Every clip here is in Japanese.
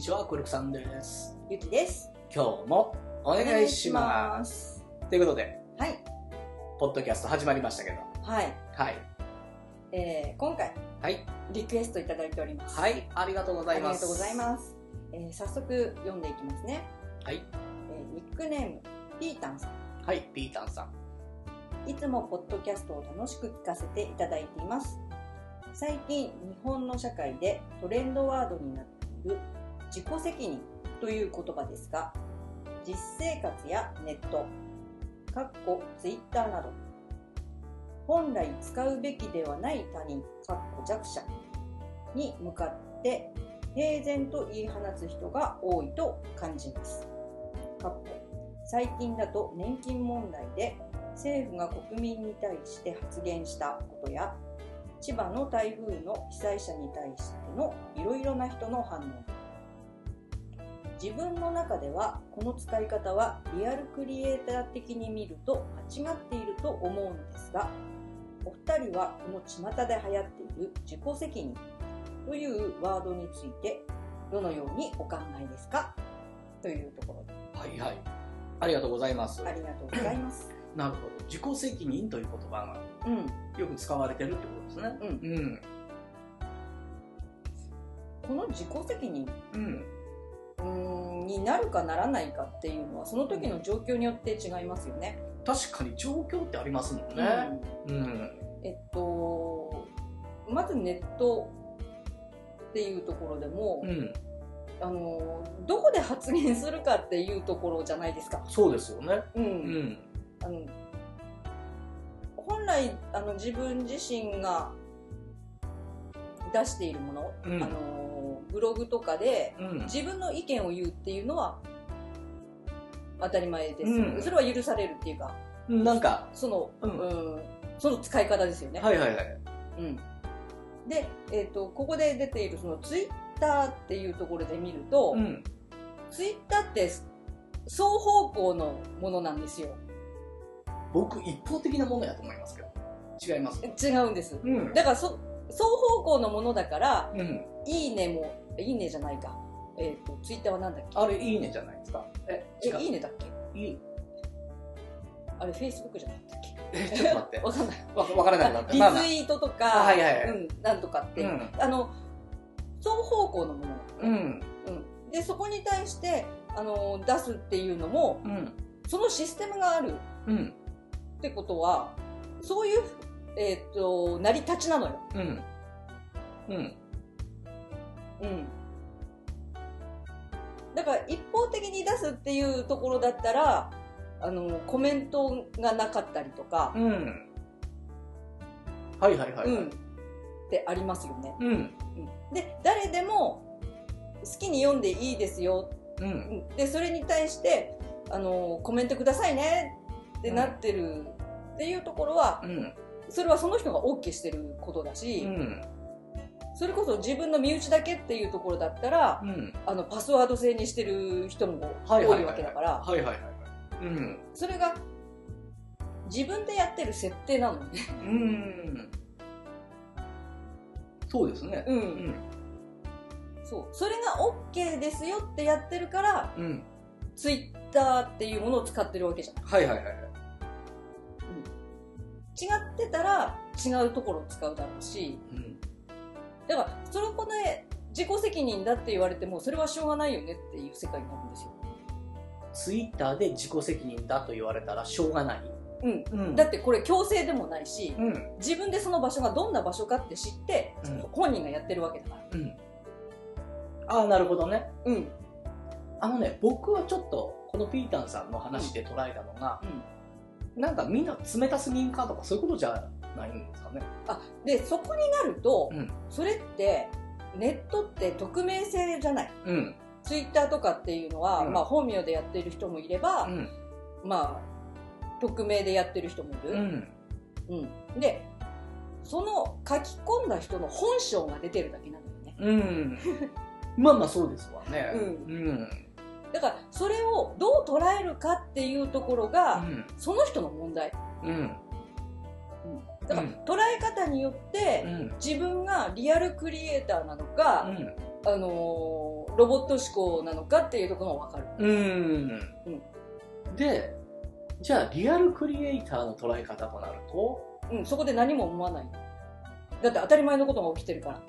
ちは、コルクさんです。ゆきです。今日もおお願いします。す。ということで、はい。ポッドキャスト始まりましたけど。はい。はい。えー、今回、はい。リクエストいただいております。。はいい、ありがとうごあざいりまがす。とうございます。えー、早速読んでいきますね。はい。えー、ニックネーム、ピータンさん。はい、ピータンさん。いつもポッドキャストを楽しく聞かせていただいています。最近、日本の社会でトレンドワードになっている自己責任という言葉ですが、実生活やネット、かっこツイッターなど、本来使うべきではない他人、かっこ弱者に向かって平然と言い放つ人が多いと感じます。かっこ最近だと年金問題で政府が国民に対して発言したことや千葉の台風の被災者に対してのいろいろな人の反応自分の中ではこの使い方はリアルクリエイター的に見ると間違っていると思うのですがお二人はこの巷で流行っている自己責任というワードについてどのようにお考えですかというところではいはい。ありがとうございます。ありがとうございます。なるほど。自己責任という言葉がうんよく使われてるってことですね。うんうん。この自己責任うん。うーんになるかならないかっていうのはその時の状況によって違いますよね。確かに状況ってありますもんうね。んうん。えっとまずネットっていうところでも、うん。あのどこで発言するかっていうところじゃないですか。そうですよね。うんうん。あの本来あの自分自身が出しているもの、うんあのブログとかでうん。自分の意見を言うっていうのは当たり前ですよね、うんそれは許されるっていうかなんか、その、ううんんその使い方ですよね。はいはいはい。うん、で、えーと、ここで出ているそのツイッターっていうところで見ると、うん。ツイッターって双方向のものなんですよ。僕、一方的なものやと思いますけど。違います。違うんです。うん。だからそ双方向のものだから、うん。いいねも、いいねじゃないか。えっ、と、ツイッターはなんだっあれ、いいねじゃないですか。え、け違うえ、いいねだっけいいあれ、フェイスブックじゃなかったっけえ、ちょっと待って。わかんない。わわからなくなった。リツイまあまあートとか、あはいはいはいうん、なんとかって、うんあの、双方向のもの、うん。うん、でそこに対してあの出すっていうのもうん。そのシステムがあるうん。ってことはそういう、えー、と成り立ちなのよ、うん。うん。うん、だから一方的に出すっていうところだったらあのコメントがなかったりとか、うん。はいはいはい。うん、ってありますよね、うん。うん、で誰でも好きに読んでいいですよう。うんんでそれに対してあのコメントくださいねってなってるっていうところはうん。それはその人が OK してることだし、うん。それこそ自分の身内だけっていうところだったらうん。あのパスワード制にしてる人も多はいいはいはいわけだからはいはいはい。うん。それが自分でやってる設定なのね。うん。そうですね。ううんん。そうそれが OK ですよってやってるからうん。 Twitter っていうものを使ってるわけじゃんはいはいはいはい。違ってたら違うところを使うだろうしうん。だからそれこで自己責任だって言われてもそれはしょうがないよねっていう世界になるんですよ、ツイッターで自己責任だと言われたらしょうがない。うん、うんだってこれ強制でもないしうん。自分でその場所がどんな場所かって知って、うん本人がやってるわけだからうん。ああ、なるほどね。うんうんあのね、僕はちょっと、このピータンさんの話で捉えたのが、なんかみんな冷たすぎんかとかそういうことじゃないんですかね。あでそこになると、うんそれってネットって匿名性じゃないうん。ツイッターとかっていうのは、うんまあ、本名でやってる人もいれば、うん。まあ匿名でやってる人もいる、うん。うん、でその書き込んだ人の本性が出てるだけなんだよねうん。まあまあそうですわね。。うんだからそれをどう捉えるかっていうところうが、ん。その人の問題うん。だからうん捉え方によって、うん。自分がリアルクリエイターなのか、あのロボット思考なのかっていうところが分かる。うーんでじゃあリアルクリエイターの捉え方となるとうん、そこで何も思わない。だって当たり前のことが起きてるから。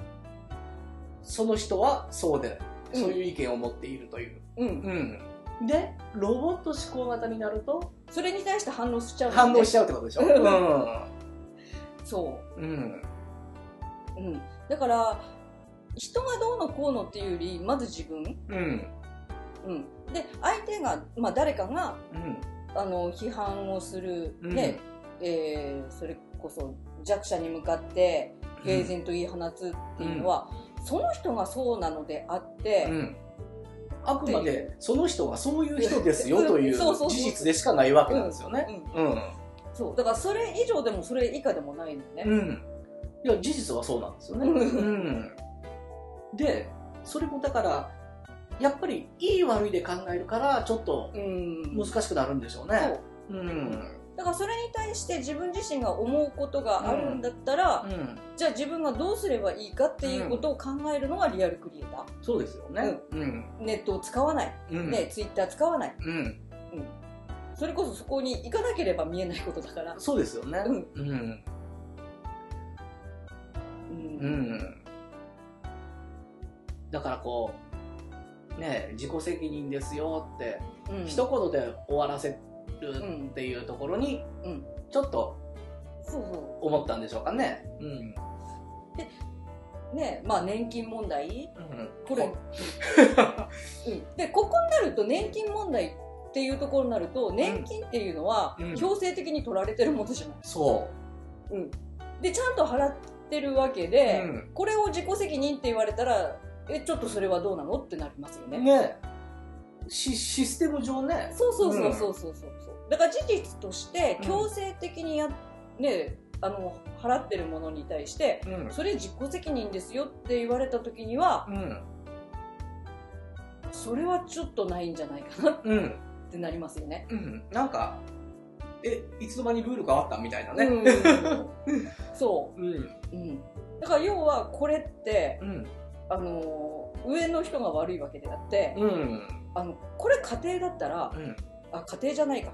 その人はそうでうんそういう意見を持っているという、うん。うんでロボット思考型になるとそれに対して反応しちゃう、反応しちゃうってことでしょそうん、うん、う。うん。だから、人がどうのこうのっていうより、まず自分。うんうん。で、相手が、まあ誰かが、うんあの、批判をする、うんね、えーそれこそ弱者に向かって平然と言い放つっていうのは、その人がそうなのであって、うんあくまでその人がそういう人ですよというそうそうそう事実でしかないわけなんですよねうんうんそうだからそれ以上でもそれ以下でもないのね、うんいや事実はそうなんですよねうんうんでそれもだからやっぱりいい悪いで考えるからちょっとうん難しくなるんでしょうそねううんだからそれに対して自分自身が思うことがあるんだったらう、んじゃあ自分がどうすればいいかっていうことを考えるのがリアルクリエイタそうですよねうんーネットを使わない、うんね、ツイッター使わないうんそれこそそこに行かなければ見えないことだから、そうですよねうんうんううんんだからこうね自己責任ですよってうん一言で終わらせうるんっていうところにうん、ちょっとそうそ思ったんでしょうかね。うん。うねまあ年金問題これ、うん、でここになると年金問題っていうところになると年金っていうのはうん強制的に取られてるものじゃない、そでちゃんと払ってるわけう。で、うこれを自己責任って言われたらえちょっとそれはどうなのってなりますよねん。ねシシステム上ね。そうそうそうそうそうそうそうだから事実としてうん強制的にや、ねあの払ってるものに対してうん。それ自己責任ですよって言われた時にはうん。それはちょっとないんじゃないかなっうん。てなりますよね。うん。なんか、え、いつの間にルール変わったみたいなね。うん、そうん。う、うん、だから要はこれってうん。あの上の人が悪いわけであって、うん。あのこれ家庭だったら、うん。あ家庭じゃないか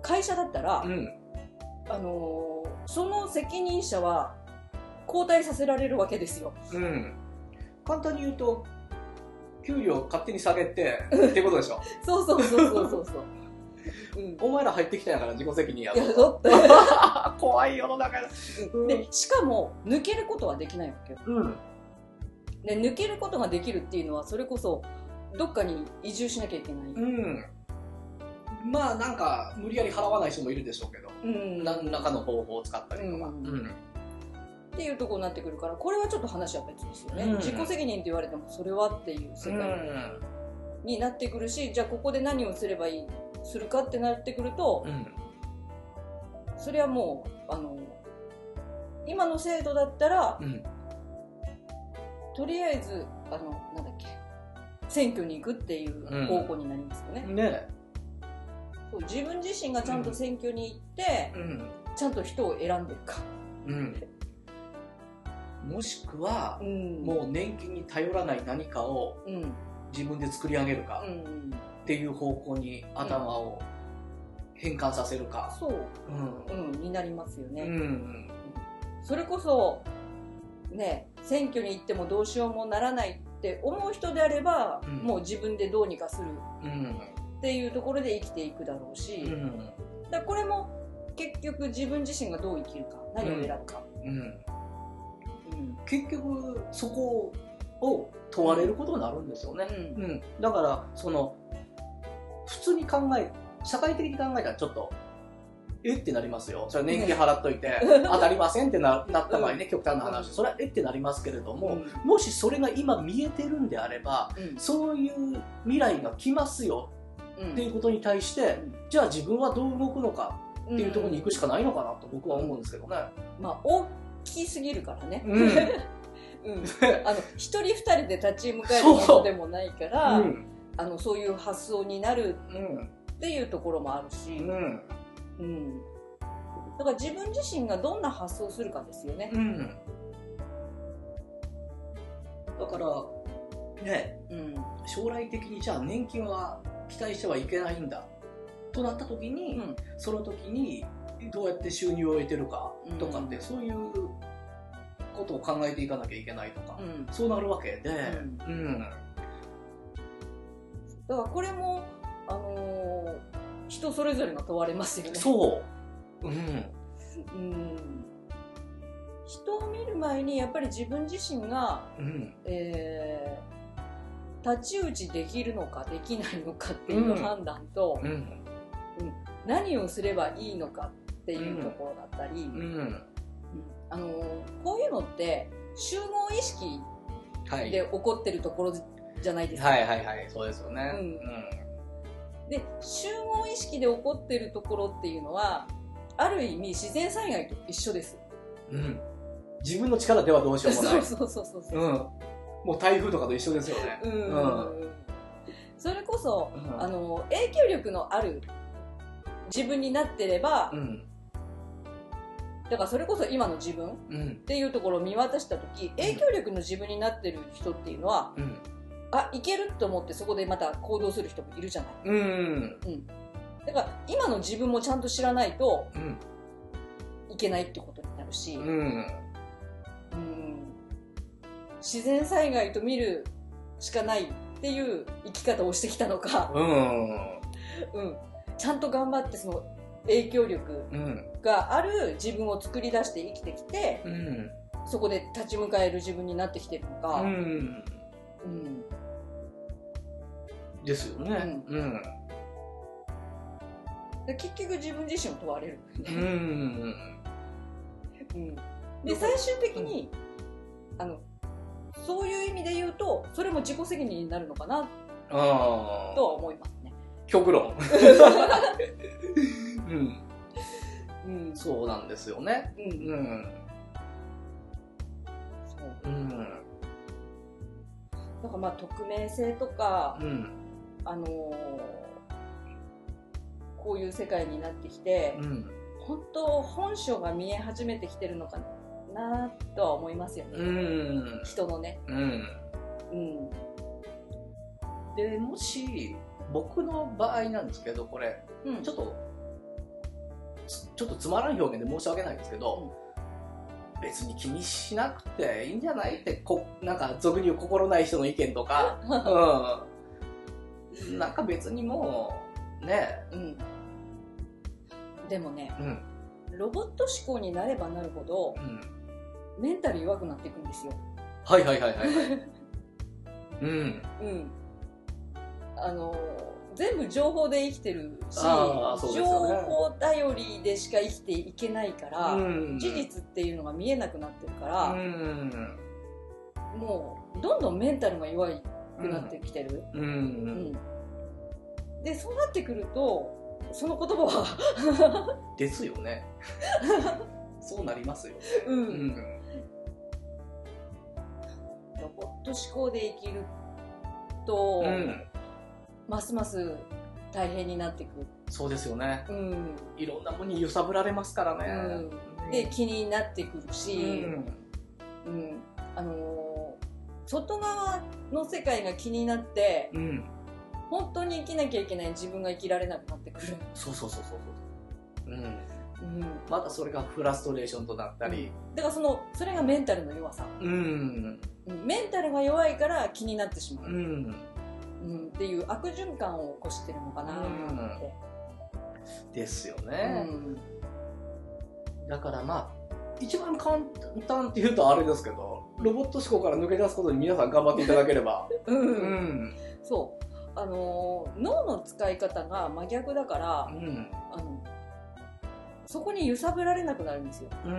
会社だったら、うん。あのーその責任者は交代させられるわけですようん。簡単に言うと、給料勝手に下げて、ってことでしょ。そうそうそうそうそ うそう、うん、お前ら入ってきたんやから自己責任やいやろ。だってあ、怖い世の中だ。でしかも抜けることはできないわけようん。で抜けることができるっていうのはそれこそどっかに移住しなきゃいけない、うん。まあなんか、無理やり払わない人もいるでしょうけど。うん何らかの方法を使ったりとか。うんっていうところになってくるからこれはちょっと話は別ですよね、うん自己責任って言われてもそれはっていう世界になってくるし、じゃあここで何をすればいいするかってなってくるとうんそれはもうあの今の制度だったらうんとりあえずあのなんだっけ選挙に行くっていう方向になりますよね、うんねそう自分自身がちゃんと選挙に行って、うんちゃんと人を選んでるか、うんもしくはう、んもう年金に頼らない何かをう、うん自分で作り上げるうかん、っていう方向に頭を変換させるか。そう、うんうん、になりますよね、うんそれこそね選挙に行ってもどうしようもならないって思う人であれば、うんもう自分でどうにかするうんっていうところで生きていくだろうし、うだかんらこれも結局自分自身がどう生きるか何を選ぶか、うんうん結局そこを問われることになるんですよね。うんうん、だからその普通に考え社会的に考えたらちょっとえってなりますよそれ年金払っといて、当たりませんってななった場合ね極端な話、うんそれはえってなりますけれどうも、んもしそれが今見えてるんであればそういう未来が来ますようんっていうことに対して、じゃあ自分はどう動くのかうんっていうところに行くしかないのかなと僕は思うんですけどね。まあ大きすぎるからね、うん うんあの一人二人で立ち向かえるものでもないからそう,、うんあのそういう発想になるうんっていうところもあるし、うんうん、だから自分自身がどんな発想をするかですよね。うんだからね、うん将来的にじゃあ年金は期待してはいけないんだとなった時に、うんその時にどうやって収入を得てるかとかって、うんそういうことを考えていかなきゃいけないとか、うんそうなるわけで、んうんだからこれも、あのー人それぞれが問われますよね。そう、うん、うん人を見る前にやっぱり自分自身が、うん、えー太刀打ちできるのかできないのかっていううん判断と、うん、何をすればいいのかっていうところだったり、ううんん、あのーこういうのって集合意識はい。で起こってるところじゃないですか。はいはいはい、そうですよね。うんうんで集合意識で起こってるところっていうのはある意味自然災害と一緒です。うん、自分の力ではどうしようもない。 そうそうそうそうそううん、もう台風とかと一緒ですよね。うんうそれこそ、うんあの影響力のある自分になってれば、うん、だからそれこそ今の自分っうん、ていうところを見渡した時影響力の自分になってる人っていうのは、うん、あいけると思ってそこでまた行動する人もいるじゃないうん、だから今の自分もちゃんと知らないとうん、いけないってことになるし、うん、うん自然災害と見るしかないっていう生き方をしてきたのか、うん、うん、ちゃんと頑張ってその影響力うん、がある自分を作り出して生きてきてうん、そこで立ち向かえる自分になってきてるのか、うん、うんですよね。うん、で結局自分自身を問われる、うん、うん、で最終的に、あのそういう意味で言うとそれも自己責任になるのかなあとあ、は思いますね、極論。うん、うんそうなんですよね。うんう、ん、そううん、だからまあ匿名性とかう、ん、あのーこういう世界になってきて、うん、本当本性が見え始めてきてるのかなとは思いますよね、うん、人のね、うん。うん、でもし僕の場合なんですけどこれうんちょっとつちょっとつまらん表現で申し訳ないんですけど、別に気にしなくていいんじゃないってこなんか俗に言う心ない人の意見とか、うん、なんか別にもうねうん、でもねうんロボット思考になればなるほどうんメンタル弱くなっていくんですよ、はいはいはいはいうんうん、あの全部情報で生きてるし、あーそうです情よね報頼りでしか生きていけないから、うん事実っていうのが見えなくなってるかうら、んもうどんどんメンタルが弱くなってきてる、うんうんうんでそうなってくるとその言葉は、ですよ ねそうなりますよ、うんうんロボット思考で生きると、うん、ますます大変になってくそうですよねる、うんいろんなものに揺さぶられますからね。うん、で気になってくるうし、ん、うんあのー外側の世界が気になってうん、本当に生きなきゃいけない自分が生きられなくなってくる、そうそうそうそうそう。うん、うん、またそれがフラストレーションとなったり、だからそのそれがメンタルの弱さうん、うんメンタルが弱いから気になってしまうう、ん、うんっていう悪循環を起こしてるのかなって、ですようんね。だからまあ。一番簡単って言うとあれですけど、ロボット思考から抜け出すことに皆さん頑張っていただければ。 うんうん。そうあのー脳の使い方が真逆だから、うん。あのそこに揺さぶられなくなるんですよ、うん。う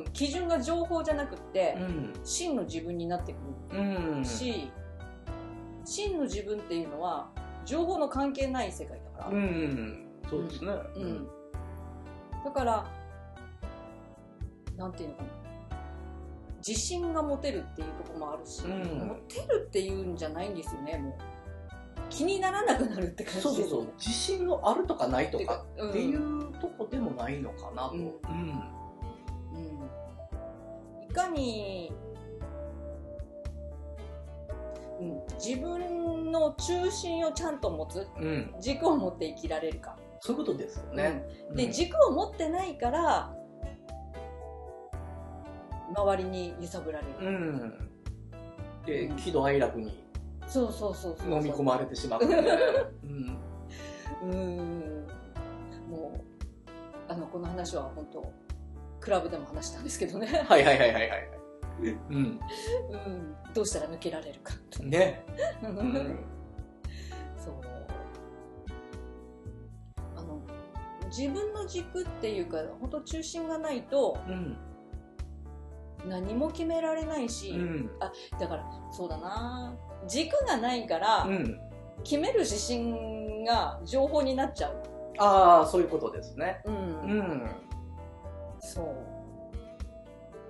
ん、基準が情報じゃなくって、うん。真の自分になってくうんる。し、真の自分っていうのは情報の関係ない世界だから、うん。そうですね。うん。だからなんていうのかな自信が持てるっていうところもあるし、うん持てるっていうんじゃないんですよねもう気にならなくなるって感じそうそうそう。自信のあるとかないとてかかうんっていうとこでもないのかなと。うんうんうんいかにうん、自分の中心をちゃんと持つうん、軸を持って生きられるか、そういうことですよね。うんでうん軸を持ってないから周りに揺さぶられうる、ん。で、喜怒哀楽にそうそうそうそう飲み込まれてしまう、ね。うん。うーんもうあのこの話は本当クラブでも話したんですけ どね、はいはいはいはいはい。うん。うん、どうしたら抜けられるかね。う そうあの自分の軸っていうか本当中心がないとん。何も決められないし、うん。だからそうだな軸がないから、うん。決める指針が情報になっちゃう、ああ、そういうことですね。うんうん。そ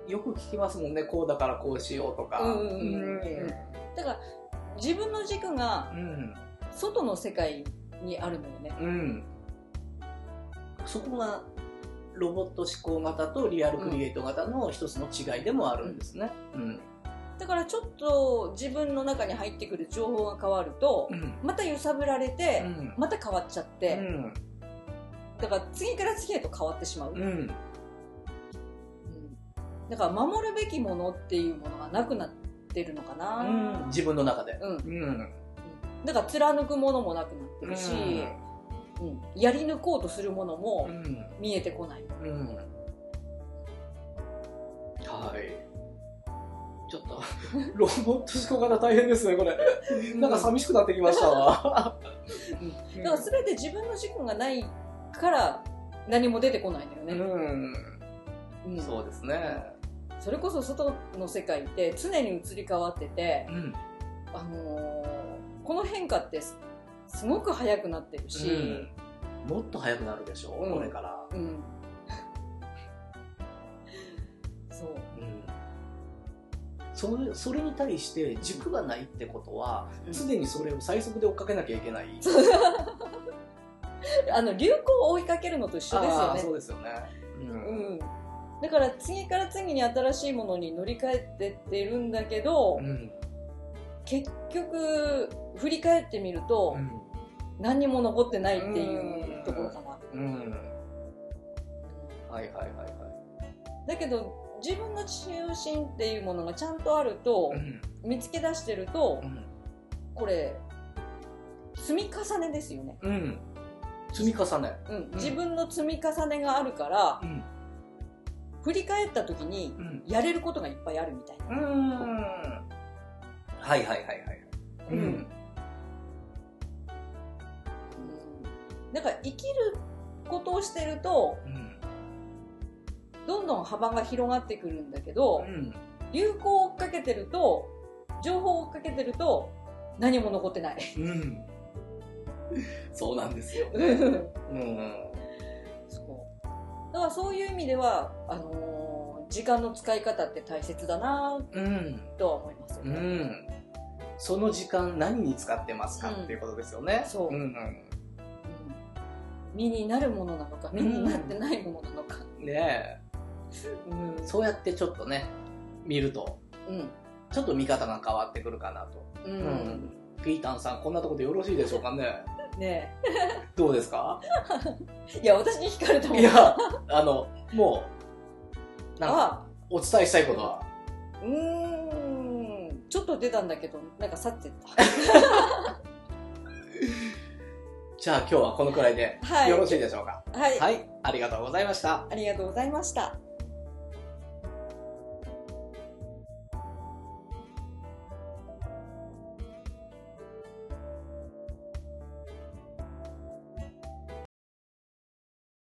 うよく聞きますもんね、こうだからこうしようとか。うんだから自分の軸がうん。外の世界にあるのよねうん。そこが、ロボット思考型とリアルクリエイト型の一つの違いでもあるんですね。うん。だからちょっと自分の中に入ってくる情報が変わるとうん。また揺さぶられて、ん。また変わっちゃって、だから次から次へと変わってしまう、うん。うん。だから守るべきものっていうものがなくなってるのかな、うん自分の中で。うんうん。だから貫くものもなくなってるし、うんやり抜こうとするものうもん。見えてこない、うん。はい。ちょっ と、ロボット思考型大変ですね、これ。なんか寂しくなってきましたわ。 だから全て自分の軸がないから何も出てこないんだよね、うん。うんそうですね。それこそ外の世界って常に移り変わっててう、ん。あのーこの変化ってすすごく早くなってるし、うんもっと早くなるでしょう、うんこれから。うん そううんそれそれに対して軸がないってことは、うん常にそれを最速で追っかけなきゃいけない。 そうあの流行を追いかけるのと一緒ですよねそうですよね。うんうん、だから次から次に新しいものに乗り換えてってるんだけど、うん結局振り返ってみると、何にも残ってないっていうところかな、うんうんはいはいはいはい。だけど自分の中心っていうものがちゃんとあると、見つけ出してると、これ積み重ねですよね、うん。積み重ね。うん自分の積み重ねがあるからうん。振り返った時にうん。やれることがいっぱいあるみたいなはいはいはいはい。うん。だから生きることをしてるとうん。どんどん幅が広がってくるんだけど、流行を追っかけてると情報を追っかけてると何も残ってないうん。そうなんですよ。うん。そうだからそういう意味ではあのー時間の使い方って大切だなうん。とは思いますようね、ん。その時間何に使ってますかうんっていうことですよね。そうんうん身になるものなのか身になってないものなのか、うん。ねうんえ。そうやってちょっとね、見ると、うんちょっと見方が変わってくるかなと。う、。うんピータンさん、こんなとこでよろしいでしょうかね。ねどうですかえいや私に惹かれたもんいや、あの、もう、なんか、あお伝えしたいことは。うーんちょっと出たんだけどなんか去ってったじゃあ今日はこのくらいで はいよろしいでしょうか。はい、はい、ありがとうございました。ありがとうございました